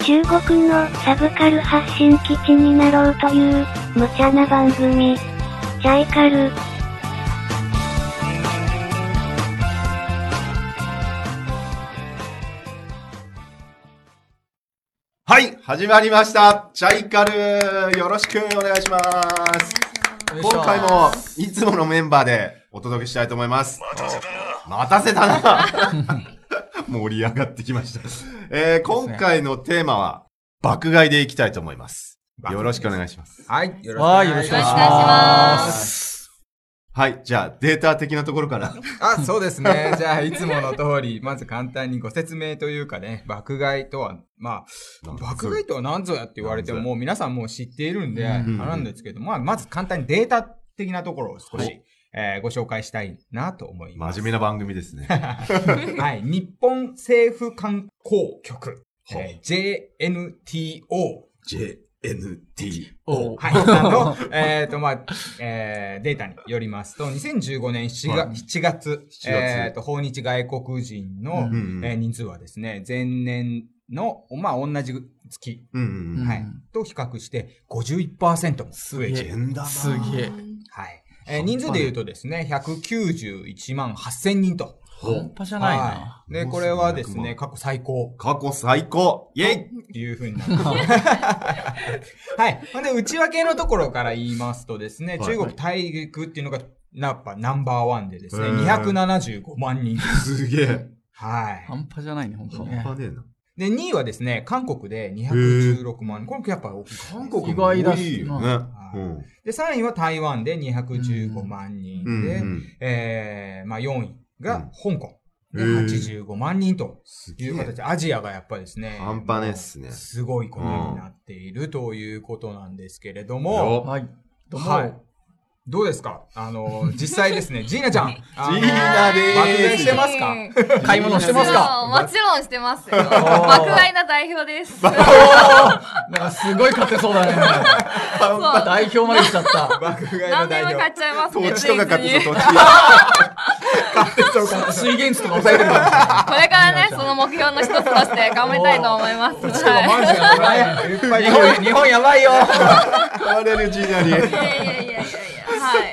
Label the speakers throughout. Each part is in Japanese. Speaker 1: 中国のサブカル発信基地になろうという、無茶な番組。チャイカル。
Speaker 2: はい、始まりました。チャイカル、よろしくお願いします。今回もいつものメンバーでお届けしたいと思います。待たせたな。 盛り上がってきました。えー今回のテーマは爆買いでいきたいと思います。よろしくお願いします。
Speaker 3: はい。よ
Speaker 4: はい、よろしくお願いし
Speaker 3: お願いしま。
Speaker 4: ます
Speaker 2: はい、じゃあデータ的なところから。
Speaker 3: あ、そうですね。 じゃあ、いつもの通り、まず簡単にご説明というかね、爆買いとは、まあ、爆買いとは何ぞやって言われても、
Speaker 2: 何
Speaker 3: もう皆さんもう知っているんで、あれ
Speaker 2: ん
Speaker 3: なんですけども、まあ、まず簡単にデータ的なところを少
Speaker 2: は
Speaker 3: し、えーご紹介したいなと思いま
Speaker 2: 真
Speaker 3: す。
Speaker 2: 面目な番組ですね。
Speaker 3: はい。日本政府観光局、
Speaker 2: ほう
Speaker 3: えー JNTO
Speaker 2: JNT。
Speaker 4: お
Speaker 3: はい。あの、 えっ、と、まあ、えーデータによりますと、2015年7
Speaker 2: はい
Speaker 3: 月、7月
Speaker 2: 月
Speaker 3: えっ、と、訪日外国人の、
Speaker 2: うんうん
Speaker 3: えー人数はですね、前年の、まあ、同じ月、
Speaker 2: うんうんうん。
Speaker 3: はい
Speaker 4: うん
Speaker 3: と比較して51%も増え
Speaker 2: ジ
Speaker 3: てい
Speaker 2: ェ
Speaker 3: る。
Speaker 2: ンダー
Speaker 4: すげえ。
Speaker 3: はい。えー人数で言うとですね、191万8000人と。
Speaker 4: 半端じゃないな。
Speaker 3: はい。で、これはですね、
Speaker 2: も
Speaker 3: 過去最高。
Speaker 2: 過去最高イェイ
Speaker 3: っていうふうになってます。 はい。ほんで、内訳のところから言いますとですね、
Speaker 2: はい
Speaker 3: 中国大陸っていうのが、やっぱナンバーワンでですね、
Speaker 2: へー
Speaker 3: 275万人。
Speaker 2: すげえ。
Speaker 3: はい。
Speaker 4: 半端じゃないね、本当
Speaker 2: 半
Speaker 4: にね。
Speaker 2: 端ねえな。
Speaker 3: で、2位はですね、韓国で216万人。これやっぱ大きいですね。
Speaker 2: 韓国
Speaker 4: 意外だ
Speaker 2: し
Speaker 4: し
Speaker 2: ね。
Speaker 3: は
Speaker 2: う
Speaker 3: い
Speaker 2: ん
Speaker 3: で、3位は台湾で215万人
Speaker 2: うんう
Speaker 3: で、
Speaker 2: ん。
Speaker 3: えー、まあ4位が香港。
Speaker 2: うん
Speaker 3: で、
Speaker 2: へー
Speaker 3: 85万人と
Speaker 2: す
Speaker 3: いう形で、アジアがやっぱりですね。
Speaker 2: 半端ねえっすね
Speaker 3: すごいことになっているということなんですけれども。
Speaker 2: よ
Speaker 4: はい。どうも
Speaker 3: はい。どうですかあの、実際 ですね、ジーナちゃん。ジ
Speaker 2: ジーナで
Speaker 3: 爆買
Speaker 2: ー
Speaker 3: い
Speaker 2: す
Speaker 3: してますか
Speaker 4: 買い物してますか
Speaker 5: もちろんしてますよ。
Speaker 4: ー
Speaker 5: 爆買いな代表です。そう
Speaker 4: なんかすごい買ってそうだね。 代表まで来ちゃった。
Speaker 3: 爆買いの
Speaker 5: 何で
Speaker 3: 代
Speaker 5: も買
Speaker 3: 表
Speaker 5: っ。ちゃいますね。
Speaker 2: 土地とか買って
Speaker 5: ついつ
Speaker 2: そう、
Speaker 5: い
Speaker 2: 土地。
Speaker 4: 水源地とか抑えてるから。
Speaker 5: これから ね、その目標の一つとして頑張りたいと思います。はい。
Speaker 3: マジやばいいっぱい
Speaker 4: 日本、 日本やばいよ。
Speaker 2: 買われるジーナに。
Speaker 5: いやいやいやいやいや。はい。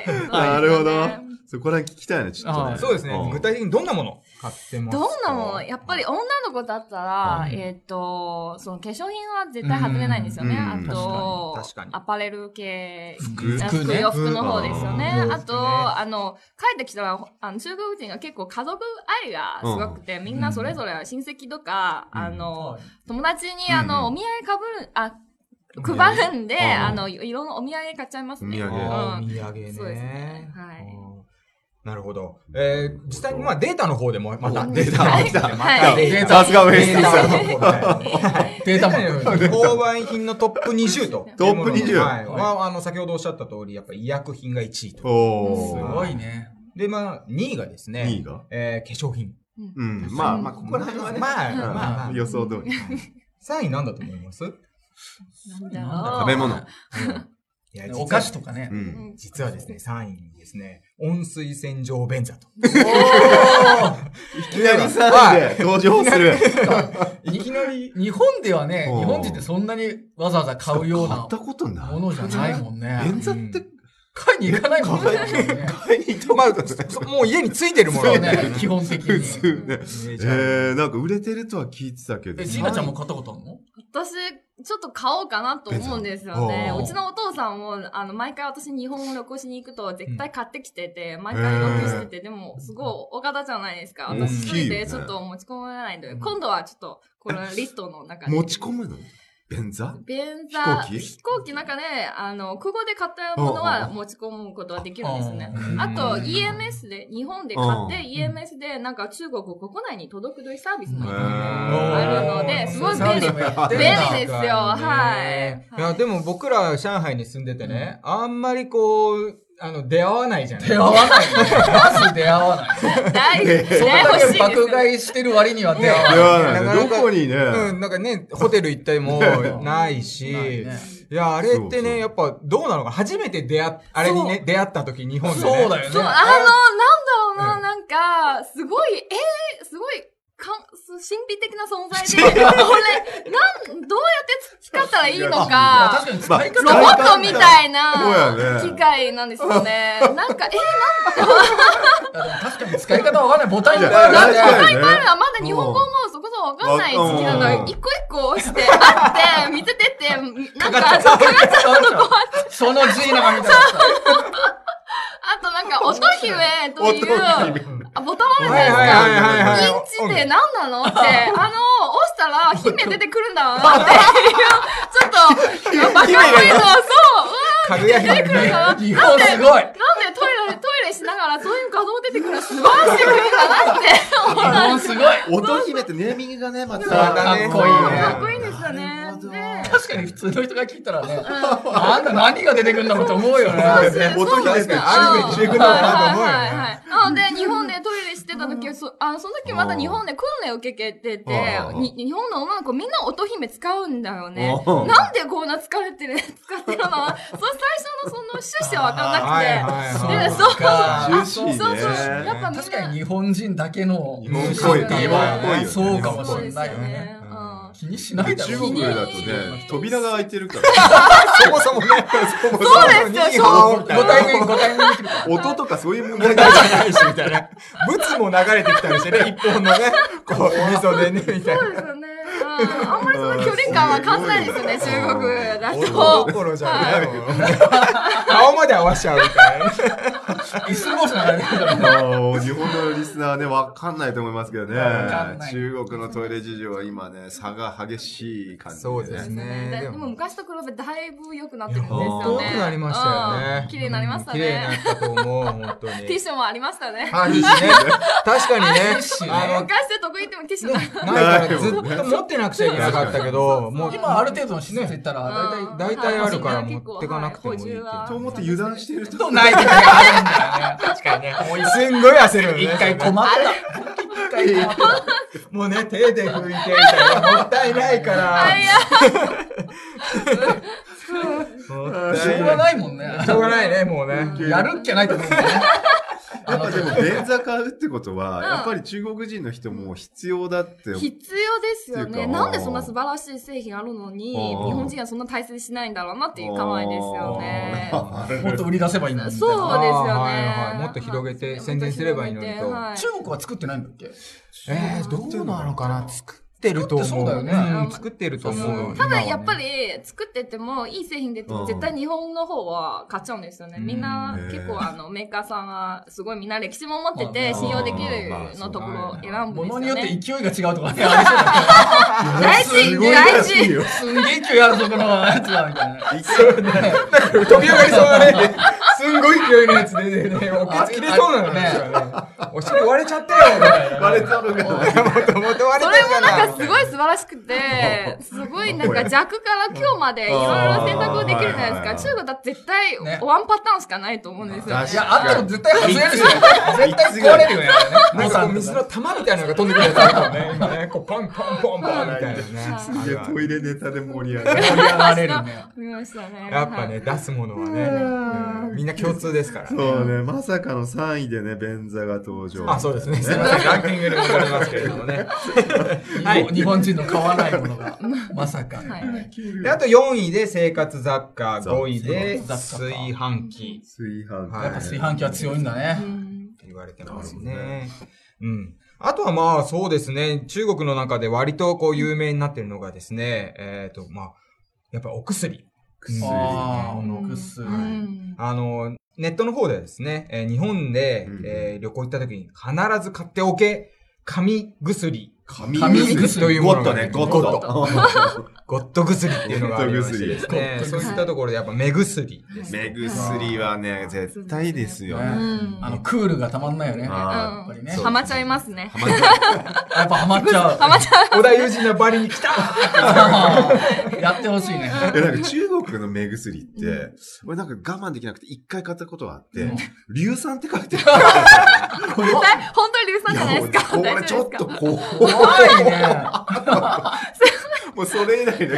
Speaker 5: そうですね
Speaker 2: なるほど。そこら辺聞きたいね、ちょっと
Speaker 4: あ
Speaker 2: ね。
Speaker 4: あ
Speaker 3: そうですね。具体的にどんなもの買ってます
Speaker 5: ど
Speaker 3: か
Speaker 5: んなものやっぱり女の子だったら、えっと、その化粧品は絶対外れないんですよね。
Speaker 2: う
Speaker 5: あ
Speaker 2: ん
Speaker 5: と
Speaker 3: 確かに確かに、
Speaker 5: アパレル系、
Speaker 2: 服
Speaker 5: あ
Speaker 4: 服ね
Speaker 5: 洋服の方ですよね。
Speaker 3: うん
Speaker 5: あと、あの、帰ってきたら、あの中国人が結構家族愛がすごくて、みんなそれぞれ親戚とか、
Speaker 2: うん
Speaker 5: あの
Speaker 4: は、
Speaker 5: 友達に
Speaker 2: うん
Speaker 5: あの、お土産かぶる、あ、
Speaker 3: うん
Speaker 5: 配るんで、
Speaker 2: うん
Speaker 5: あの、いろんなお土産買っちゃいますね。
Speaker 2: お土
Speaker 3: あーお
Speaker 5: うん
Speaker 3: 土産ね。
Speaker 5: そうですねはい
Speaker 3: うんなるほど。えー、実際にまあデータの方でもまた
Speaker 2: お
Speaker 3: デー
Speaker 2: は
Speaker 3: タ
Speaker 2: い
Speaker 3: 来た。ま
Speaker 5: は
Speaker 3: た
Speaker 5: い
Speaker 3: データ。
Speaker 2: さすがウェス
Speaker 3: デ
Speaker 2: ティ
Speaker 3: ー
Speaker 2: ンさん。
Speaker 3: タの方で
Speaker 4: データマン。
Speaker 3: 購買品のトップ20と。
Speaker 2: トップ20
Speaker 3: はい。まあ、あの、先ほどおっしゃった通り、やっぱり医薬品が1位と。
Speaker 2: お
Speaker 4: す
Speaker 2: ー。
Speaker 4: ごいね。
Speaker 3: で、まあ、2位がですね、
Speaker 2: 2位が
Speaker 3: えー化粧品。
Speaker 2: うん。まあまあ、ここら辺はね。
Speaker 3: まあまあまあ
Speaker 2: うん予想通り。
Speaker 3: 3位なんだと思います
Speaker 5: なんだろう
Speaker 2: 食べ物。
Speaker 3: いや
Speaker 4: お菓子とかね
Speaker 2: う。。
Speaker 5: うんん
Speaker 3: 実はですね、3位にですね、温水洗浄便座と。
Speaker 2: いきなり3位で登場する。
Speaker 4: いきなり、日本ではね、
Speaker 2: うん
Speaker 4: 日本人ってそんなにわざわざ買うよう
Speaker 2: 買
Speaker 4: な
Speaker 2: ったことない。
Speaker 4: ものじゃないもんね。
Speaker 2: 便座って
Speaker 4: 買いに行かないもんね。
Speaker 2: 買いに行ったことない。
Speaker 3: そもう家についてるもの
Speaker 4: そ
Speaker 3: を
Speaker 4: うね
Speaker 3: ね。
Speaker 4: 基本的
Speaker 2: 普
Speaker 4: に。
Speaker 2: 通ね。 えー、なんか売れてるとは聞いてたけど。
Speaker 4: え、ジーナちゃんも買ったことあるの
Speaker 5: 私、ちょっと買おうかなと思うんですよ
Speaker 2: 別
Speaker 5: ね。
Speaker 2: に
Speaker 5: うちのお父さんも、あの、毎回私日本を旅行しに行くと絶対買ってきてて、毎回要求してて、でも、すごい大型じゃないですか。
Speaker 2: うん
Speaker 5: 私
Speaker 2: 大
Speaker 5: 一
Speaker 2: きい
Speaker 5: 人
Speaker 2: よね
Speaker 5: でちょっと持ち込めないので、今度はちょっと、このリストの中で。
Speaker 2: 持ち込むの便座
Speaker 5: 便座、
Speaker 2: 飛行機
Speaker 5: 飛行機の中で、あの、空港で買ったものは持ち込むことはできるんですね。あと、EMS で、日本で買って、EMS で、なんか中国国内に届くというサービスもあるので、すごい便
Speaker 4: 利
Speaker 5: 利。便利ですよ
Speaker 3: 確かにね
Speaker 5: は
Speaker 3: い
Speaker 5: い
Speaker 3: や、でも僕ら上海に住んでてね、あんまりこう、あの、出会わないじゃない
Speaker 4: 出会わないよね。まず出会わない。
Speaker 5: 大事、ね、
Speaker 4: それ
Speaker 5: 欲しい
Speaker 4: だ
Speaker 5: です
Speaker 4: け
Speaker 5: よ
Speaker 4: 爆買いしてる割には出会
Speaker 2: い
Speaker 4: わない。
Speaker 2: や、なんかどこにね。
Speaker 3: うん、なんかね、ホテル行ったりもないし、
Speaker 4: ないね
Speaker 3: いや、あれってね、
Speaker 2: そうそう
Speaker 3: やっぱどうなのか、初めて出会っ、あれにね、出会った時日本で、ね。
Speaker 4: そうだよ
Speaker 5: そう、
Speaker 4: ね。
Speaker 5: あの、なんだろうな、
Speaker 3: うん
Speaker 5: なんか、すごい、えー、すごい、かん、す神秘的な存在で、これ、なん、どうやって使ったらいいのか、
Speaker 4: 確かに
Speaker 2: まあ
Speaker 4: 使い方
Speaker 5: ロボ
Speaker 4: が、
Speaker 5: ットみたいな
Speaker 2: そうやね
Speaker 5: 機械なんですよね。なんか、え、
Speaker 4: 確かに使い方わかんない。ボタンいっぱい ある
Speaker 5: なん
Speaker 4: ね
Speaker 5: で
Speaker 2: 確かに
Speaker 5: 若い
Speaker 2: ね
Speaker 5: 前はまだ日本語もそこそこわかんない時期なの
Speaker 2: うん
Speaker 5: に、一個一個押して、あって、見せてって、なんか、そう
Speaker 4: その G ながみたい
Speaker 5: あとなんか、音姫と
Speaker 2: 音
Speaker 5: いう、
Speaker 2: 姫。
Speaker 5: あボタンあるじゃ
Speaker 3: はいはい
Speaker 5: な
Speaker 3: はい
Speaker 5: い
Speaker 3: はい
Speaker 5: で
Speaker 3: はい。
Speaker 5: すか。インチって何なのって、あの、押したら姫出てくるんだろうなってい う、ちょっと、バカっぽいの、そう、
Speaker 3: かぐや
Speaker 5: うわー、出て
Speaker 3: 姫
Speaker 5: くるんだなって。
Speaker 4: な。おすごい
Speaker 5: なんでトイレ、トイレしながらそういう画像出てくるの素晴らしい国だなって思った。
Speaker 4: おすごい
Speaker 2: 音姫ってネーミングがね、また。
Speaker 3: だ
Speaker 2: か
Speaker 3: ね
Speaker 2: っこいいね
Speaker 5: かっこいいですよね。ね
Speaker 4: 確かに普通の人が聞いたらね、あんな何が出てくるんだろうと思うよね。
Speaker 2: 音姫って
Speaker 5: はい
Speaker 2: アニメにし
Speaker 5: は
Speaker 2: て
Speaker 5: い
Speaker 2: くるのかなと思うよ
Speaker 5: はい
Speaker 2: ね。
Speaker 5: はい。なので、日本でトイレしてた時は、そあのその時まだ日本で訓練を受けてて
Speaker 2: う、ん
Speaker 5: に日本の女の子みんな乙姫使うんだよね。
Speaker 2: うん
Speaker 5: なんでこんな疲れてる、使ってるのそう最初のその趣旨はわかん
Speaker 3: はいはい
Speaker 5: な
Speaker 3: はい
Speaker 5: くて。
Speaker 3: はい
Speaker 5: でそうそう。
Speaker 4: か
Speaker 2: ジューシーね。
Speaker 5: そうそう。やっぱみんな。
Speaker 4: 確かに日本人だけの
Speaker 2: 日本っ
Speaker 5: ぽい
Speaker 4: って言え
Speaker 5: 日
Speaker 4: ば
Speaker 5: 本っぽいよ
Speaker 2: ね
Speaker 4: そうかも
Speaker 5: そう
Speaker 4: し
Speaker 5: で
Speaker 4: れ
Speaker 5: す
Speaker 4: な
Speaker 5: よ
Speaker 4: いよね。
Speaker 5: ね。
Speaker 3: う
Speaker 5: うんん。
Speaker 4: 気にしないだろう
Speaker 2: 中国だとね、扉が開いてるから。
Speaker 3: そもそもね、そも
Speaker 5: そう
Speaker 3: 日
Speaker 5: ですよ
Speaker 3: 本み
Speaker 4: ご
Speaker 3: たいな
Speaker 4: 対面、ご対面できるから。
Speaker 2: 音とかそういう問題だ
Speaker 3: 大丈夫ないし、みたいな。ブツも流れてきたりしてね、一本のね、こう、味噌でね、みたい
Speaker 5: そ
Speaker 3: な。
Speaker 5: うですよね。うんあんまりその距離感は感じないですよね、中国だ
Speaker 3: 音
Speaker 5: と
Speaker 3: ど。ころじゃないよ。顔まで合わしちゃうみたいなね。
Speaker 4: 椅子同士ならね、
Speaker 2: ああ日本のリスナーね、わかんないと思いますけどね
Speaker 4: わかん。ない
Speaker 2: 中国のトイレ事情は今ね、差が激しい感じで。
Speaker 3: そうです ね
Speaker 5: でも昔と比べだいぶ良くなってるんですよね。
Speaker 2: いや本当
Speaker 3: 遠くなりましたよ
Speaker 5: う
Speaker 3: ね
Speaker 5: ん。綺麗になりました
Speaker 3: 綺麗にな
Speaker 5: ね。
Speaker 3: ったと思う、本当に。
Speaker 5: ティッシュもありましたね。
Speaker 3: あ、ティッシュね。 確かにね。
Speaker 4: シュね
Speaker 3: あの、
Speaker 5: 昔どこ行ってもティッシュない。
Speaker 3: ないからずっと持ってなくちゃいけなかったけど、もう
Speaker 4: 今ある程度の施設行ったら、だいたい
Speaker 3: 大
Speaker 5: うん
Speaker 3: 体あるから持ってかなくてもいいけど
Speaker 2: と思って油断してると。
Speaker 4: とない時があるんだよね。確かにね。もう一
Speaker 3: すんごい焦るよね。
Speaker 4: 一回困った。一回困った。
Speaker 3: もうね、手で拭いてみたいな。もったいないから。もった
Speaker 4: しょ
Speaker 3: いうな
Speaker 4: が
Speaker 3: い
Speaker 4: ないもんね。
Speaker 3: しょうがないね、もうね。
Speaker 4: やるっきゃないと思うんだよね。
Speaker 2: やっぱでも、便座買うってことは、
Speaker 5: ん
Speaker 2: やっぱり中国人の人も必要だって。
Speaker 5: 必要ですよ
Speaker 2: っていう
Speaker 5: ね。
Speaker 2: か
Speaker 5: なんでそんな素晴らしい製品あるのに、日
Speaker 2: うん
Speaker 5: 本人はそんな大切にしないんだろうなっていう構えですよね。
Speaker 4: もっと売り出せばいいのにみたいな。
Speaker 5: そうですよね
Speaker 3: あーはいはいもっと広げて宣伝すればいいのにと
Speaker 5: はい
Speaker 4: 中国は作ってないんだっけ
Speaker 3: えー、どうなのかな作ってると思う。
Speaker 4: 作ってそうだ
Speaker 5: よね
Speaker 3: ん作ってると
Speaker 5: そ
Speaker 3: 思う。
Speaker 5: うた
Speaker 3: 今
Speaker 5: だ
Speaker 3: はね
Speaker 5: やっぱり作っててもいい製品出て
Speaker 2: うん
Speaker 5: も絶対日本の方は買っちゃうんですよね。
Speaker 3: うん
Speaker 5: みんな
Speaker 2: へえ
Speaker 5: 結構あのメーカーさんはすごいみんな歴史も持ってて
Speaker 4: まあ
Speaker 5: 信用でき
Speaker 2: まあまあ
Speaker 5: るのところを選ぶ
Speaker 4: も
Speaker 5: んですよ
Speaker 4: のによって
Speaker 5: ね。
Speaker 4: 勢いが違うとかね、ありそうだ
Speaker 5: 大事
Speaker 2: すごいら
Speaker 5: 大
Speaker 2: しい
Speaker 5: 事
Speaker 2: よ。
Speaker 4: すんげえ勢いあるぞ、このやつは、みたいな。
Speaker 3: 飛び上がりそうなね。すんごい勢いのやつでね、おけつ切れそう なのね。お尻割れちゃったよ、みたいな。
Speaker 2: バレたのかな。
Speaker 3: もともと割
Speaker 5: そ
Speaker 3: れ
Speaker 5: れ
Speaker 3: てる
Speaker 5: も
Speaker 3: から。
Speaker 5: なんかすごい素晴らしくて、すごいなんか弱から今日までいろいろ選択できるじゃないですか。中国だって絶対
Speaker 4: ね
Speaker 5: ワンパターンしかないと思うんですよね
Speaker 2: 確。
Speaker 4: い
Speaker 2: か
Speaker 4: や、あっても絶対外れるし、絶対
Speaker 2: つぐ
Speaker 4: 壊
Speaker 2: ら
Speaker 4: れ
Speaker 2: い
Speaker 4: るよね。
Speaker 3: なんかこう水の玉みたいなのが飛んでくるやつあったもんね。今ね、こうポンポンポンポンみたいなね。
Speaker 2: いやトイレネタで盛り上がる。
Speaker 4: 盛り上がれるね。
Speaker 5: 見ましたね。
Speaker 3: やっぱ
Speaker 5: はい
Speaker 3: ね、出すものはね、うんみんな共通ですから。
Speaker 2: そうね、まさかの3位でね、便座が登場。
Speaker 3: あ、そうですね。すみません、ランキングでございますけれどもね。
Speaker 4: はい日本人の買わないもの が、まさか。
Speaker 5: はい
Speaker 3: であと4位で生活雑貨、
Speaker 2: 雑貨
Speaker 3: 5位で
Speaker 4: 雑貨か
Speaker 3: 炊飯器
Speaker 2: 炊飯器ね。
Speaker 3: はい
Speaker 4: やっぱ炊飯器は強いんだね。
Speaker 3: って言われてますね。うん。あとはまあそうですね、中国の中で割とこう有名になってるのがですね、えっ、とまあ、やっぱお薬。
Speaker 2: 薬
Speaker 4: ああ、お
Speaker 5: うん
Speaker 4: くす。
Speaker 5: う
Speaker 4: は
Speaker 5: ん
Speaker 3: あの、ネットの方でですね、えー日本で、
Speaker 2: うん
Speaker 3: えー旅行行った時に必ず買っておけ、紙薬。
Speaker 2: 紙
Speaker 4: 紙
Speaker 2: 薬
Speaker 4: 薬
Speaker 3: という
Speaker 2: ゴ
Speaker 3: もの
Speaker 2: ッド
Speaker 3: が
Speaker 2: ね、
Speaker 3: ね
Speaker 2: ゴッ
Speaker 5: ゴッ
Speaker 2: ド。
Speaker 3: ゴッド薬っていうのがありましてです
Speaker 4: ゴッ
Speaker 3: ね
Speaker 4: ド、
Speaker 3: そう
Speaker 4: 薬
Speaker 3: いったところでやっぱ目薬です ね。
Speaker 2: 目薬はね、絶対ですよね。
Speaker 5: うん
Speaker 4: あの、クールがたまんないよね。やっ
Speaker 2: あ
Speaker 5: うん
Speaker 4: ぱりね。
Speaker 5: ハマっちゃいますね。
Speaker 4: ぱハマっちゃう。
Speaker 5: ハマっちゃう。
Speaker 3: 小田友人のバリに来た
Speaker 4: やってほしいね。
Speaker 2: ーいやなんか中国の目薬って、俺なんか我慢できなくて一回買ったことがあって
Speaker 4: うん、
Speaker 2: 硫酸って書いてある。
Speaker 5: 本当に硫酸じゃない
Speaker 2: も
Speaker 5: で
Speaker 2: う
Speaker 5: すか。
Speaker 2: こ
Speaker 5: 大丈
Speaker 2: れちょ
Speaker 5: 夫
Speaker 2: っと
Speaker 5: ですか。
Speaker 2: 怖い。
Speaker 4: 怖いね。
Speaker 2: もうそれ以来で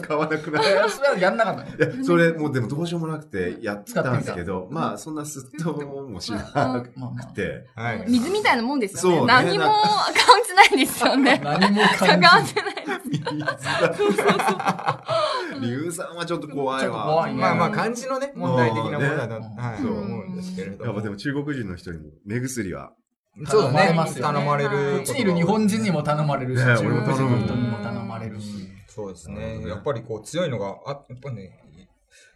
Speaker 2: 買わなくなる。
Speaker 4: それはやんなかったの。
Speaker 2: い や、それ、もうでもどうしようもなくて、やってたんですけど、まあ、そんなすっともしな
Speaker 4: まあまあ
Speaker 2: くて。
Speaker 3: はい。
Speaker 5: 水みたいなもんですよね。
Speaker 2: そうね
Speaker 5: 何もアカウントないんです よね。
Speaker 4: 何も
Speaker 5: アカウ
Speaker 4: 感
Speaker 5: ン
Speaker 4: じない。
Speaker 5: トない。
Speaker 2: 硫酸はちょっと怖い
Speaker 4: ちょっ
Speaker 2: わ。
Speaker 4: と怖いね
Speaker 3: まあまあ、漢字のね、問題的なものだと、
Speaker 4: うん
Speaker 3: はい、
Speaker 2: そう
Speaker 3: 思うんですけれど
Speaker 2: やっぱでも中国人の人にも目薬は。
Speaker 3: そうだね。
Speaker 4: 頼まれますよね
Speaker 3: 頼まれる。
Speaker 4: こっちにいる日本人にも頼まれる
Speaker 2: ね
Speaker 4: し、中国
Speaker 2: 俺も頼
Speaker 4: 人
Speaker 2: む
Speaker 4: の人にも頼まれるし。
Speaker 3: そうです
Speaker 2: なるほ
Speaker 3: ね
Speaker 2: ど。ね
Speaker 3: やっぱりこう強いのが、あ、やっぱね、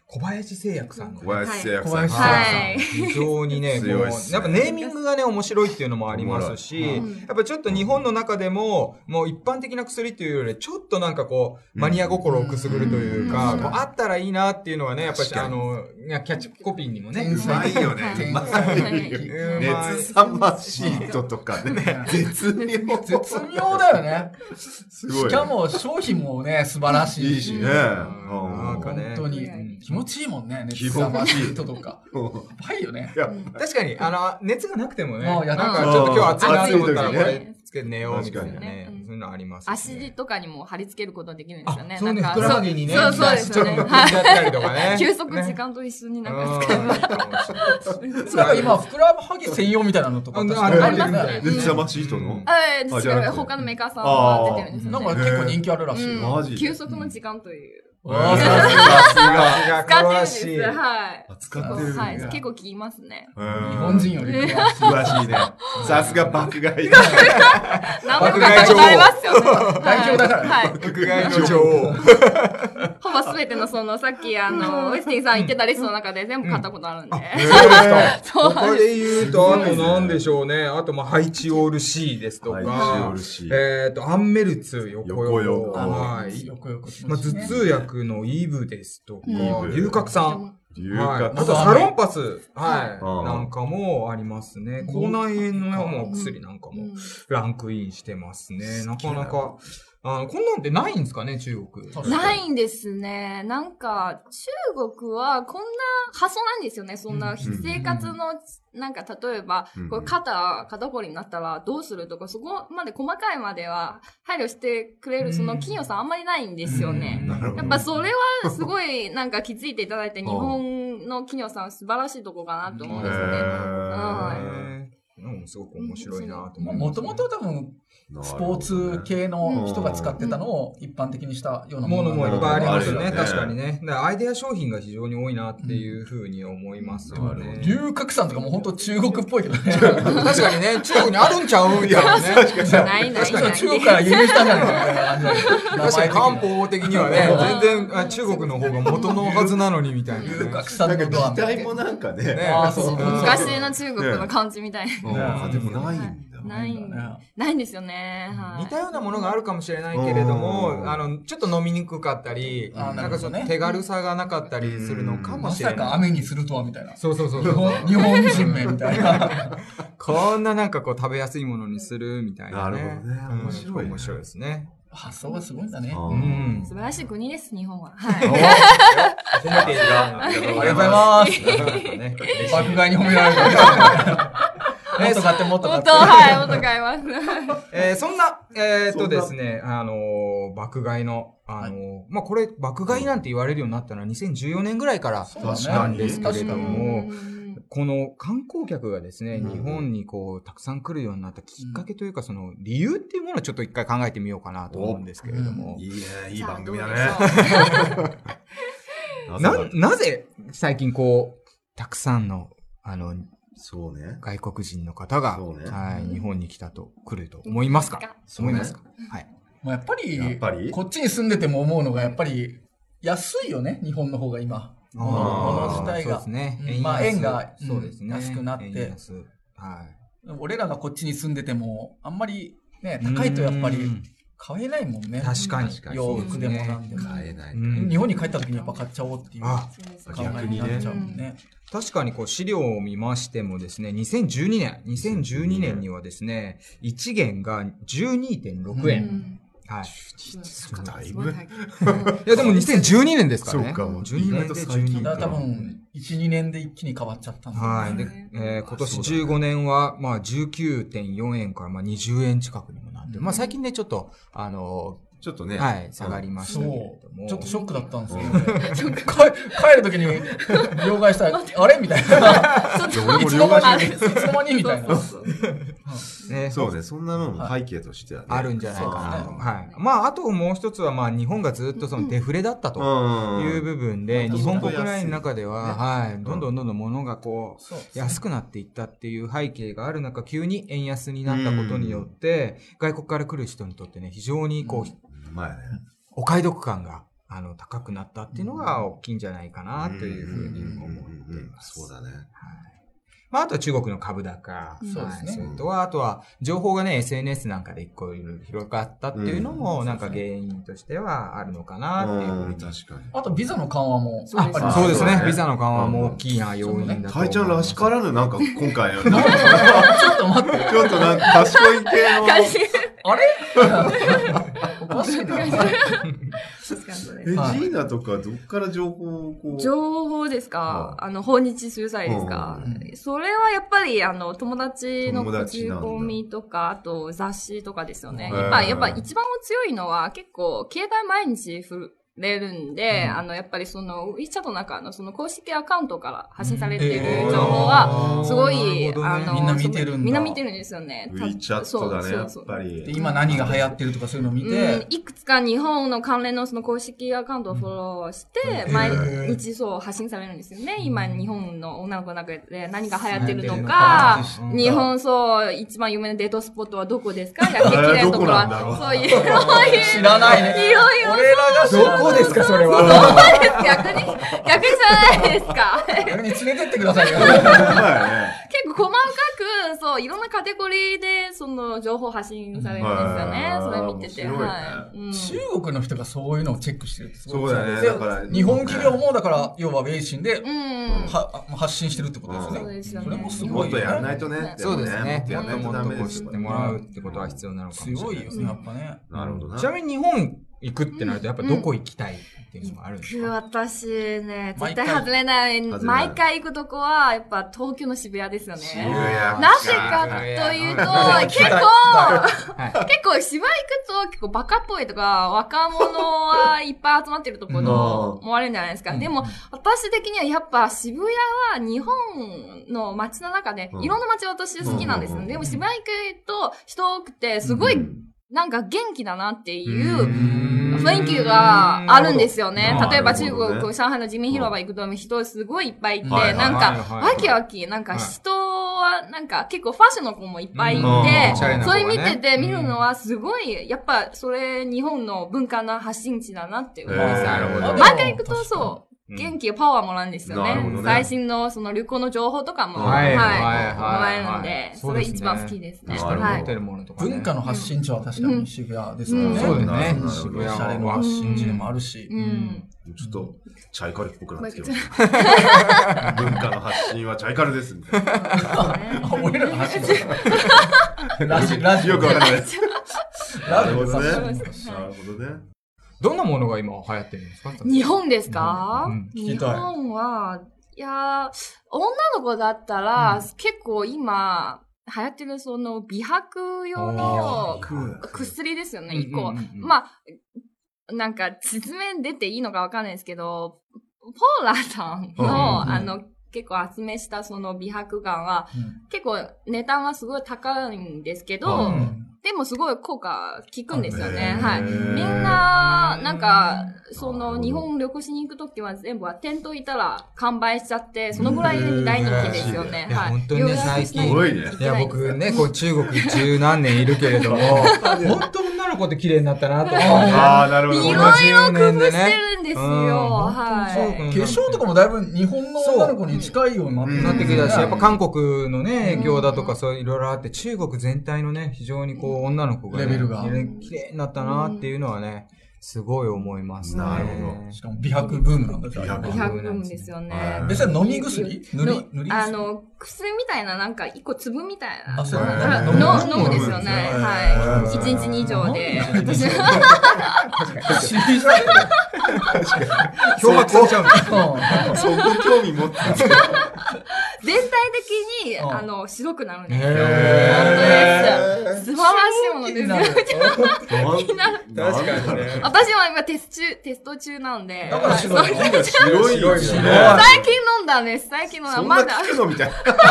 Speaker 3: 小林製薬さんの
Speaker 2: 小林製薬
Speaker 4: 小
Speaker 2: さん。
Speaker 4: 林さん、
Speaker 5: はい。
Speaker 3: 非常にね、こう、
Speaker 2: 強いっすね
Speaker 3: やっぱネーミングがね、面白いっていうのもありますし、
Speaker 2: 面
Speaker 5: 白いうん
Speaker 3: やっぱちょっと日本の中でも、もう一般的な薬っていうより、ちょっとなんかこう、マニア心をくすぐるというか、
Speaker 5: うん
Speaker 3: こうあったらいいなっていうのはね、やっぱり
Speaker 2: 確かに
Speaker 3: あの、いやキャッチコピーにもね、
Speaker 4: 天
Speaker 2: うま
Speaker 4: 才
Speaker 2: いよね。うまいよね。熱さまシートとかね。 絶妙。
Speaker 4: 絶妙だよね。
Speaker 2: すごい。
Speaker 4: しかも商品もね、素晴らしい。
Speaker 2: いいしね。
Speaker 3: なんかね
Speaker 4: 本当に
Speaker 5: うん
Speaker 4: 気持ちいいもんね、
Speaker 2: 気持ち
Speaker 4: 熱
Speaker 2: いい
Speaker 4: さましい人とか。
Speaker 2: うん
Speaker 4: やば いよね。
Speaker 2: いや、
Speaker 3: 確かに、あの、熱がなくてもね、
Speaker 4: もうやだ
Speaker 3: なんかちょっと今日暑いなと思ったら、
Speaker 2: うん
Speaker 3: これつけて寝ようみたいな
Speaker 5: 確か
Speaker 3: ね
Speaker 5: にねう、ん
Speaker 3: そういうのありますしね。
Speaker 5: 足とかにも貼り付けることができるんですよね。
Speaker 3: あそうね
Speaker 5: なん
Speaker 3: ふくらはぎにね
Speaker 5: そうそうそうです
Speaker 3: ちょ
Speaker 5: よ
Speaker 3: っと
Speaker 5: ね。。
Speaker 3: 飛んじゃったりとかね
Speaker 5: 休息時間と一緒になんか使えば。
Speaker 3: うん
Speaker 4: それは今、ふくらはぎ専用みたいなのとか確かに
Speaker 3: あ
Speaker 5: ありますね
Speaker 2: 熱さまシートの
Speaker 5: え
Speaker 2: あ
Speaker 5: え、
Speaker 2: じゃなくて
Speaker 5: 違う。他のメーカーさんは出てるんです
Speaker 4: な
Speaker 5: よ
Speaker 4: んか
Speaker 5: ね。
Speaker 4: 結構人気あるらしいよ。
Speaker 2: マジ
Speaker 5: うん
Speaker 2: で
Speaker 5: 休息の時間という。
Speaker 4: わあ
Speaker 2: さ
Speaker 4: す
Speaker 2: す
Speaker 4: ごい
Speaker 2: が。
Speaker 3: が
Speaker 5: 使ってるん
Speaker 3: 詳
Speaker 5: で
Speaker 3: し
Speaker 5: す。
Speaker 3: い。
Speaker 5: はい。
Speaker 2: 扱ってるんだ
Speaker 5: はい。結構聞きますね。
Speaker 2: うん
Speaker 4: 日本人より詳しい。
Speaker 2: 詳しいね。さすが爆買い。
Speaker 5: 何でも考えますよね。
Speaker 4: 代表だからね
Speaker 5: はい。
Speaker 3: 爆買いの女王。
Speaker 5: ほぼ全てのその、さっきあの、ウェスティンさん言ってたリストの中で全部買ったことあるんで。そうなん
Speaker 3: 他
Speaker 5: です。
Speaker 3: で言うと、あと何でしょうね。あと、まあ、ハイチオール C ですと
Speaker 2: ハイチオー
Speaker 3: か
Speaker 2: ル C、
Speaker 3: えっと、アンメルツ横
Speaker 2: 横
Speaker 3: 用。
Speaker 2: 用
Speaker 3: はい。
Speaker 4: よくよく。
Speaker 3: まあ、頭痛薬のイブですとか、
Speaker 2: ん
Speaker 3: 龍角散。
Speaker 2: 流
Speaker 3: はい、あ
Speaker 2: 化
Speaker 3: とサロンパス、はい、
Speaker 2: うん
Speaker 3: なんかもありますね。口内炎のようなお薬なんか
Speaker 5: う
Speaker 3: も
Speaker 5: ん
Speaker 3: ランクインしてますね。なかなか、あのこんなんってないんですかね、中国。
Speaker 4: 確かに
Speaker 5: ないんですね。なんか、中国はこんな発想なんですよね。そんな生活の、なんか例えば
Speaker 2: うん、
Speaker 5: これ肩、肩こりになったらどうするとか、そこまで細かいまでは配慮してくれるその企業さんあんまりないんですよね。
Speaker 3: うん
Speaker 2: なるほど
Speaker 5: やっぱそれはすごいなんか気づいていただいて、日本の企業さん素晴らしいとこかなと思うんですよね。は
Speaker 3: へーうん、すごく面白いなと思い
Speaker 4: もともと多分、スポーツ系の人が使ってたのを一般的にしたような
Speaker 3: ものもいっぱいありますよ
Speaker 2: あ
Speaker 3: ね。
Speaker 2: るよね
Speaker 3: 確かにね。だからアイデア商品が非常に多いなっていうふうに思いますよね。
Speaker 4: 龍角散とかもう本当中国っぽいけどね。
Speaker 3: 確かにね、中国にあるんちゃうみたいなね。
Speaker 5: い。ないない
Speaker 4: 確かに
Speaker 5: ない。
Speaker 4: 中国から輸入したんじゃないかな。
Speaker 3: 確かに漢
Speaker 4: 漢方。
Speaker 3: 方的にはね、全然あ中国の方が元のはずなのにみたいなね。
Speaker 4: 龍角散
Speaker 2: な
Speaker 4: の
Speaker 2: んか
Speaker 4: ドア
Speaker 2: 期
Speaker 4: みた
Speaker 2: 待
Speaker 4: いな
Speaker 2: もなんか
Speaker 3: ね
Speaker 2: ね。
Speaker 4: あーそうそう
Speaker 5: 昔の中国の感じみたいな。
Speaker 2: あでもないんだ。
Speaker 5: ないんだ。
Speaker 4: ね
Speaker 5: ないんですよね。はい。
Speaker 3: 似たようなものがあるかもしれないけれど
Speaker 2: う
Speaker 3: も、
Speaker 2: ん
Speaker 3: あの、ちょっと飲みにくかったり、
Speaker 4: あー
Speaker 3: なんかちょっ
Speaker 4: なるほどね
Speaker 3: と手軽さがなかったりするのかも
Speaker 4: ま
Speaker 3: し
Speaker 4: さ
Speaker 3: れない
Speaker 4: か。雨にするとはみたいな。
Speaker 3: そうそうそう
Speaker 4: 日
Speaker 3: そう。
Speaker 4: 本日本人名みたい な。
Speaker 3: こんななんかこう食べやすいものにするみたいなね。
Speaker 2: なるほどね
Speaker 3: うん
Speaker 2: 面白いね
Speaker 3: 面白いですね。
Speaker 4: 発想がすごいんだね。
Speaker 3: う
Speaker 2: うん
Speaker 3: ん
Speaker 5: 素。晴らしい国です、日本は。はい。
Speaker 2: ありがとうござ
Speaker 4: ありが
Speaker 3: 褒めている
Speaker 4: と
Speaker 2: いう
Speaker 4: ござい
Speaker 2: ま
Speaker 4: ます。
Speaker 3: ね。
Speaker 4: 爆買いに褒められる。 もっと買ってもっと買
Speaker 5: 本
Speaker 4: っ
Speaker 5: 当
Speaker 4: て。
Speaker 5: はい、元買います。
Speaker 3: えーそんな、えーっ
Speaker 2: そ
Speaker 3: と
Speaker 2: んな
Speaker 3: ですね、あのー爆買いの、あのーまあ、これ、爆買いなんて言われるようになったのは2014年ぐらいから
Speaker 4: そうだね
Speaker 3: なんですけれども、
Speaker 5: うん
Speaker 3: この観光客がですね、
Speaker 2: うん
Speaker 3: 日本にこう、たくさん来るようになったきっかけというか、その理由っていうものをちょっと一回考えてみようかなと思うんですけれども
Speaker 2: す。、いいね、いい番組だ
Speaker 5: さあどう
Speaker 2: ね。
Speaker 5: でしょ
Speaker 3: な、なぜ最近こう、たくさんの、あの、
Speaker 2: そうね。
Speaker 3: 外国人の方が、
Speaker 2: そうね
Speaker 3: はい、日本に来たと、来ると思いますか
Speaker 2: そう
Speaker 3: 思
Speaker 2: ね
Speaker 3: いますかはい。
Speaker 4: もうやっぱり
Speaker 2: やっぱり
Speaker 4: こっちに住んでても思うのがやっぱり安いよね日本の方が今物
Speaker 2: あー
Speaker 4: 物自体
Speaker 3: そうで
Speaker 4: が
Speaker 3: す、ね。
Speaker 4: うんまあ円が
Speaker 3: 安そうです
Speaker 4: う
Speaker 3: ね。
Speaker 4: ん安くなって
Speaker 3: 円安はい。
Speaker 4: 俺らがこっちに住んでてもあんまりね高いとやっぱ
Speaker 3: う
Speaker 4: り
Speaker 3: ん
Speaker 4: 買えないもんね
Speaker 3: 確かに。
Speaker 4: 洋服でもな
Speaker 3: そ
Speaker 4: ん
Speaker 3: う
Speaker 4: で
Speaker 3: です
Speaker 4: も、
Speaker 3: ね
Speaker 2: 買えない。
Speaker 3: うん
Speaker 4: 日本に帰った時にやっぱ買っちゃおうっていう考
Speaker 3: あ
Speaker 5: うそう
Speaker 4: え
Speaker 5: そう
Speaker 2: 逆
Speaker 4: に
Speaker 2: にね
Speaker 4: なっちゃうもんね
Speaker 3: 確かにこう資料を見ましてもですね、2012年、2012年にはですね、1元が12.6
Speaker 5: う
Speaker 3: 円。
Speaker 5: ん
Speaker 3: はい。
Speaker 2: だい
Speaker 5: す
Speaker 2: ぶ
Speaker 5: ごい高
Speaker 3: いやでも2012年ですからね。
Speaker 2: そうかもう
Speaker 3: 12年で12
Speaker 2: 意
Speaker 4: だ
Speaker 2: 外と最
Speaker 4: から多
Speaker 2: 近
Speaker 4: 分12年で一気に変わっちゃったんだ、
Speaker 3: はい。
Speaker 5: そう
Speaker 3: で
Speaker 5: ですね、
Speaker 3: えー今年15年は、まあ19.4円からまあ20円近くにもなって、まあ最近ね、ちょっと、あのー
Speaker 2: ちょっとね。
Speaker 3: はい、下がりました
Speaker 4: そ
Speaker 3: けれど
Speaker 4: う。
Speaker 3: も。
Speaker 4: ちょっとショックだったんですよ
Speaker 2: う。
Speaker 4: 帰帰る ときに、両替したら、あれみたいな。
Speaker 5: ちょっ
Speaker 2: 俺
Speaker 5: と、
Speaker 2: も
Speaker 4: いつ
Speaker 2: 両
Speaker 4: の
Speaker 2: 替
Speaker 4: 間
Speaker 2: し
Speaker 4: に、いつの間にみたい な。
Speaker 3: ね、
Speaker 2: そうね、そんなのも背景としてはね。
Speaker 3: あるんじゃないかなと。
Speaker 2: そう
Speaker 3: はい。まあ、あともう一つは、まあ、日本がずっとそのデフレだったと
Speaker 2: うん。
Speaker 3: いう部分で、
Speaker 2: うん
Speaker 3: 日本国内の中では、はい、どんどんどんどん物がこ
Speaker 4: そう
Speaker 3: う、安くなっていったっていう背景がある中、急に円安になったことによって、外国から来る人にとってね、非常にこう、
Speaker 2: 前ね。
Speaker 3: お買い得感が、あの、高くなったっていうのが大きいんじゃないかな、というふうに思っています。
Speaker 2: そうだね。
Speaker 3: まあ、あとは中国の株高。
Speaker 5: うん
Speaker 4: そうですね
Speaker 3: はいそれとは、あとは、情報がね、SNS なんかで一個いろいろ広がったっていうのも、なんか原因としてはあるのかなっていうふう
Speaker 2: うん、
Speaker 3: に。
Speaker 2: 確かに。
Speaker 4: あと、ビザの緩和も。
Speaker 5: そうです
Speaker 3: あそうです
Speaker 2: そうです
Speaker 3: ね
Speaker 2: ね。
Speaker 3: ビザの緩和も大きいな要因だと思います。
Speaker 2: タイちゃんらしからぬ、なんか今回、なんか
Speaker 4: ちょっと待って。
Speaker 2: ちょっとなんか賢い系の。
Speaker 4: あれ おかしいな。
Speaker 5: 確かにそうです
Speaker 2: え、ジ
Speaker 4: はい
Speaker 2: ーナとかどっから情報をこう。
Speaker 5: 情報ですか、
Speaker 2: う
Speaker 5: あの、訪日する際ですか、
Speaker 4: う
Speaker 5: それはやっぱり、あの、友達の
Speaker 2: 友達
Speaker 5: 口
Speaker 2: なんだ
Speaker 5: コミとか、あと雑誌とかですよね。
Speaker 2: へー
Speaker 5: やっぱ、やっぱ一番強いのは結構、携帯毎日触れるんで、あの、やっぱりその、WeChat の中のその公式アカウントから発信されてい
Speaker 4: うん
Speaker 5: る情報は、
Speaker 3: あー
Speaker 5: すごい、
Speaker 3: なるほどね
Speaker 5: あの、
Speaker 4: みんな見てるんだ
Speaker 5: みんな見てるんですよね。た
Speaker 2: WeChat だね、やっぱ
Speaker 4: で
Speaker 2: り。
Speaker 4: 今何が流行ってるとかそういうの見
Speaker 5: うん
Speaker 4: て、、
Speaker 5: いくつか日本の関連のその公式アカウントをフォローして、
Speaker 3: うん
Speaker 5: 毎
Speaker 3: へ
Speaker 5: 日そう発信されるんですよね。今、日本の女の子の中で何が流行ってる
Speaker 3: 流
Speaker 5: と
Speaker 3: 行ってるの
Speaker 5: か
Speaker 3: か、
Speaker 4: うん
Speaker 5: 日本そう、一番有名なデートスポットはどこですかみたいな、
Speaker 2: えー
Speaker 5: 激レアところ
Speaker 2: どこなんだろう
Speaker 5: は、そういう、そういう、
Speaker 4: 知らないね。
Speaker 5: いろいろ
Speaker 4: 俺らが知らない
Speaker 3: どこですか、それ
Speaker 5: そ う
Speaker 3: は。
Speaker 5: です。逆に、逆にじゃないですか。
Speaker 4: 逆に連れてってくださいよ。
Speaker 2: はいね。
Speaker 5: 結構細かく、そう、いろんなカテゴリーで、その、情報発信されるんですよね
Speaker 2: う。ん
Speaker 5: それ見てて。
Speaker 2: 面白いね
Speaker 5: はい。うん
Speaker 4: 中国の人がそういうのをチェックしてるってすごい
Speaker 2: そうだね
Speaker 4: で
Speaker 2: だから
Speaker 4: 日本企業も、だから、要はウェイシンで、
Speaker 5: うん。
Speaker 4: はあ発信してるってことですね。
Speaker 5: そうですよね
Speaker 4: れもすご
Speaker 2: もっ
Speaker 4: いよね。
Speaker 2: とやらないとね。
Speaker 3: そうですね。
Speaker 2: で
Speaker 3: も
Speaker 2: も
Speaker 3: っ
Speaker 2: ね
Speaker 3: と
Speaker 2: も
Speaker 3: も
Speaker 2: っとやらないとダ
Speaker 3: っと
Speaker 2: メ
Speaker 3: こ
Speaker 2: で
Speaker 3: う
Speaker 2: す
Speaker 3: 知
Speaker 2: よ
Speaker 3: ってもらうってことは必要なのかもしれない。
Speaker 4: 強いよね、やっぱね。
Speaker 2: なるほどな。
Speaker 3: ちなみに日本行くってなると、やっぱどこ行きたいっていうのがあるんですか
Speaker 5: 私ね、
Speaker 4: 毎回
Speaker 5: 絶対外れない。
Speaker 2: 外れない
Speaker 5: 毎回行くとこは、やっぱ東京の渋谷ですよ
Speaker 2: 渋谷
Speaker 5: ね。
Speaker 2: か
Speaker 5: なぜかというと
Speaker 3: はい、
Speaker 5: 結構、
Speaker 3: は
Speaker 5: 結構渋谷行くと結構バカっぽいとか、若者はいっぱい集まってるところと思われるんじゃないですか。
Speaker 4: うん
Speaker 5: でも、私的にはやっぱ渋谷は日本の街の中で
Speaker 2: う、ん
Speaker 5: いろんな街私好きなんです
Speaker 2: う
Speaker 5: ね。
Speaker 2: ん
Speaker 5: でも渋谷行くと人多くて、すごいなんか元気だなっていう、雰囲気があるんですよね
Speaker 2: うん。
Speaker 5: 例えば
Speaker 2: な
Speaker 5: 中
Speaker 2: るほどね
Speaker 5: 国、こう上海の人民広場行くと人すごいいっぱいいて、
Speaker 2: はいはい
Speaker 5: なん
Speaker 3: はい
Speaker 5: か、
Speaker 3: はい
Speaker 5: わきわき、なんか人は、なんか結構ファッションの子もいっぱいいて
Speaker 2: うんおしゃれ、
Speaker 3: な子が
Speaker 5: そ
Speaker 3: ね
Speaker 5: れ見てて見るのはすごい、やっぱそれ日本の文化の発信地だなって思うんですよ。
Speaker 3: なるほど
Speaker 5: 毎回行くとそう。
Speaker 3: うん
Speaker 5: 元気、パワーもらうんですよ
Speaker 2: なるほど
Speaker 5: ね
Speaker 2: ね。
Speaker 5: 最新のその旅行の情報とかも、
Speaker 2: は
Speaker 5: はいい、も
Speaker 2: はいはい
Speaker 5: らえるんで、それ一番好きです
Speaker 2: な
Speaker 5: ね。
Speaker 2: るほど
Speaker 5: はい
Speaker 3: 持っ。てるものとかね。
Speaker 4: 文化の発信地は確かに渋谷ですも
Speaker 5: うんん
Speaker 4: ね。
Speaker 3: そうだ
Speaker 2: なる
Speaker 3: ね
Speaker 2: ほ。ど
Speaker 3: 渋
Speaker 4: お
Speaker 3: 谷
Speaker 4: しゃれの
Speaker 3: は
Speaker 4: 発信地でもあるし。
Speaker 5: うん。
Speaker 2: ちょっと、チャイカルっぽくなってきてます。文化の発信はチャイカルです。みたいな
Speaker 4: あ俺らが発信地だからラジラジオ
Speaker 2: よくわかんないです。
Speaker 4: ラ
Speaker 2: な
Speaker 4: ジ
Speaker 2: る
Speaker 4: オ
Speaker 2: ほどね。
Speaker 4: で
Speaker 2: な
Speaker 5: そう
Speaker 2: る
Speaker 5: ですはい
Speaker 2: ほどね。
Speaker 3: どんなものが今流行ってるんですか
Speaker 5: 日本ですか、
Speaker 3: うん
Speaker 4: 聞き
Speaker 5: 日
Speaker 4: たい
Speaker 5: 本は、いやー、女の子だったら、結構今、流行ってるその美白用の薬ですよね、一個。まあ、なんか、説明出ていいのかわかんないですけど、ポーラさんの、
Speaker 2: うん
Speaker 5: あの、結構集めしたその美白眼は、
Speaker 4: うん
Speaker 5: 結構値段はすごい高いんですけど、
Speaker 2: う
Speaker 5: でもすごい効果効くんですよね。
Speaker 2: へー
Speaker 5: はい。みんな、なんか、そ
Speaker 2: なるほ
Speaker 5: の、
Speaker 2: ど
Speaker 5: 日本旅行しに行くときは全部は店頭いたら完売しちゃって、そのぐらい大人気ですよね
Speaker 3: う。ん
Speaker 5: は
Speaker 3: いや
Speaker 5: い。
Speaker 3: 本当にね
Speaker 5: 予約しな
Speaker 2: す
Speaker 5: と
Speaker 2: ごいね。
Speaker 3: いや、僕ね、こう中国十何年いるけれ ども、本当女の子って綺麗になったなと思って。
Speaker 2: ああ、なるほど。
Speaker 5: い
Speaker 2: ね
Speaker 5: ろいろ工夫してるんです
Speaker 3: う
Speaker 5: よ。は
Speaker 3: ん
Speaker 5: い。
Speaker 4: 化粧とかもだいぶ日本の女の子に近いようになって
Speaker 2: そう
Speaker 3: なってきたし、
Speaker 2: うん
Speaker 3: やっぱ韓国のね、影響だとかそういろいろあって、中国全体のね、非常にこう女の子がね、
Speaker 4: レベルが
Speaker 3: 非常に綺麗になったなっていうのはね、すごい思いますね。
Speaker 2: なるほ
Speaker 4: しかも美白ブームなんだじゃ
Speaker 2: 美白
Speaker 4: あ
Speaker 5: 美白分ですよね
Speaker 2: は。
Speaker 4: え、それ飲み薬塗り塗り薬
Speaker 5: あの、薬みたいな、なんか、一個粒みたいな。
Speaker 4: あそう
Speaker 2: なんだ
Speaker 5: の、
Speaker 2: 飲む
Speaker 5: ののですよ
Speaker 4: 飲むんです
Speaker 5: ね。
Speaker 4: ね
Speaker 5: はい。一日二錠で。私は、
Speaker 4: 知りたい
Speaker 3: 漂白されちゃうんだ
Speaker 4: うん
Speaker 2: そこ興味持ってた。
Speaker 5: 全体的に、あの、白くなるんです。
Speaker 3: へ
Speaker 5: 本当です。素晴らしいものですよ。
Speaker 3: 確かにね。
Speaker 5: 私は今テスト中、テスト中なんで。
Speaker 3: だから白いの。
Speaker 2: 白いよね。白
Speaker 3: 白い
Speaker 2: い
Speaker 5: 最近飲んだんです。最近飲んだ。
Speaker 2: そんな
Speaker 5: まだ。
Speaker 2: 聞くのみたいな。
Speaker 4: どん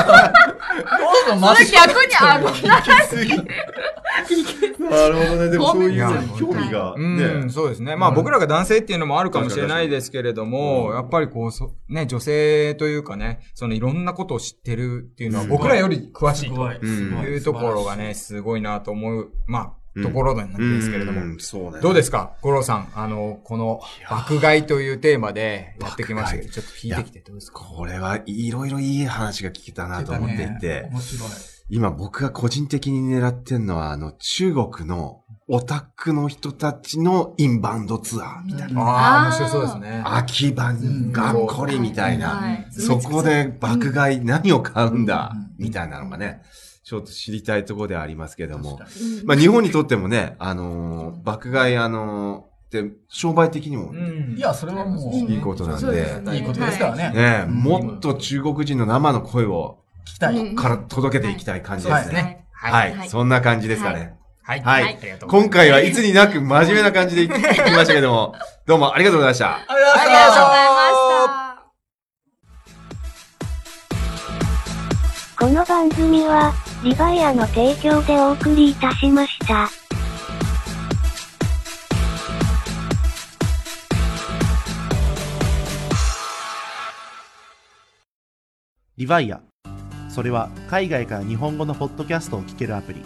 Speaker 4: どん真っ
Speaker 5: それ
Speaker 4: 白
Speaker 5: 逆に、あ、ごめんなさい。
Speaker 2: すぎ。なるほどね。でもそうい
Speaker 5: ご
Speaker 3: めんな
Speaker 2: う
Speaker 3: さい
Speaker 2: 興味が
Speaker 3: う
Speaker 2: ね
Speaker 3: ん、。そうですね。まあ僕らが男性っていうのもあるかもしれないですけれども、やっぱりこう、そね、女性というかね、そのいろんなことを知ってるっていうのは
Speaker 2: すごい
Speaker 3: 僕らより詳しいと
Speaker 2: いすご
Speaker 3: いうところがね、すごいなと思う、まあ、ところなん
Speaker 2: うん
Speaker 3: ですけれども。
Speaker 2: そうね。
Speaker 3: どうですか五郎さん、あの、この、爆買いというテーマでやってきましたけど、ちょっと聞いてきてどうですか
Speaker 2: これはいろいろいい話が聞けたなと思っていて、
Speaker 4: 面白い。
Speaker 2: 今僕が個人的に狙ってんのは、あの、中国のオタクの人たちのインバウンドツアーみたいな。
Speaker 3: ああ、
Speaker 5: あー
Speaker 3: 面白そうですね。
Speaker 2: 秋葉がっこりみたい
Speaker 5: は
Speaker 2: な。
Speaker 5: い
Speaker 2: そこで爆買い何を買うんだみたいなのがね、ちょっと知りたいところではありますけども。まあ日本にとってもね、あのー爆買いあのーって商売的にも
Speaker 3: う
Speaker 2: ね、
Speaker 3: ん
Speaker 4: いや、それはもう、
Speaker 2: いいことなん
Speaker 5: そうで
Speaker 2: で、
Speaker 5: す
Speaker 4: いいことですからね。
Speaker 2: ね、もっと中国人の生の声を
Speaker 4: 聞きたい。
Speaker 2: から届けていきたい感じで
Speaker 3: そうですす
Speaker 2: ね。
Speaker 3: ね。。
Speaker 2: はいい、そんな感じですかね。
Speaker 3: はい。
Speaker 2: はい
Speaker 3: ありがとうございます
Speaker 2: 今回はいつになく真面目な感 じで行ってきましたけども、どうもありがとうございました。
Speaker 4: ありがとうござい
Speaker 5: あ
Speaker 4: ま
Speaker 5: り
Speaker 4: し
Speaker 5: が
Speaker 4: た
Speaker 5: とうござい
Speaker 1: この
Speaker 5: ました。
Speaker 1: 番組は、リバイアの提供でお送りいたしました。
Speaker 6: リバイア。それは海外から日本語のポッドキャストを聞けるアプリ。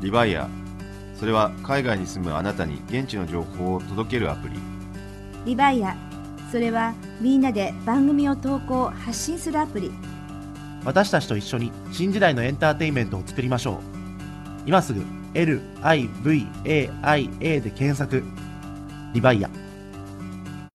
Speaker 2: リバイア。それは海外に住むあなたに現地の情報を届けるアプリ。
Speaker 7: リバイアそれはみんなで番組を投稿発信するアプリ
Speaker 6: 私たちと一緒に新時代のエンターテインメントを作りましょう。今すぐ LIVAIA で検索。リバイア。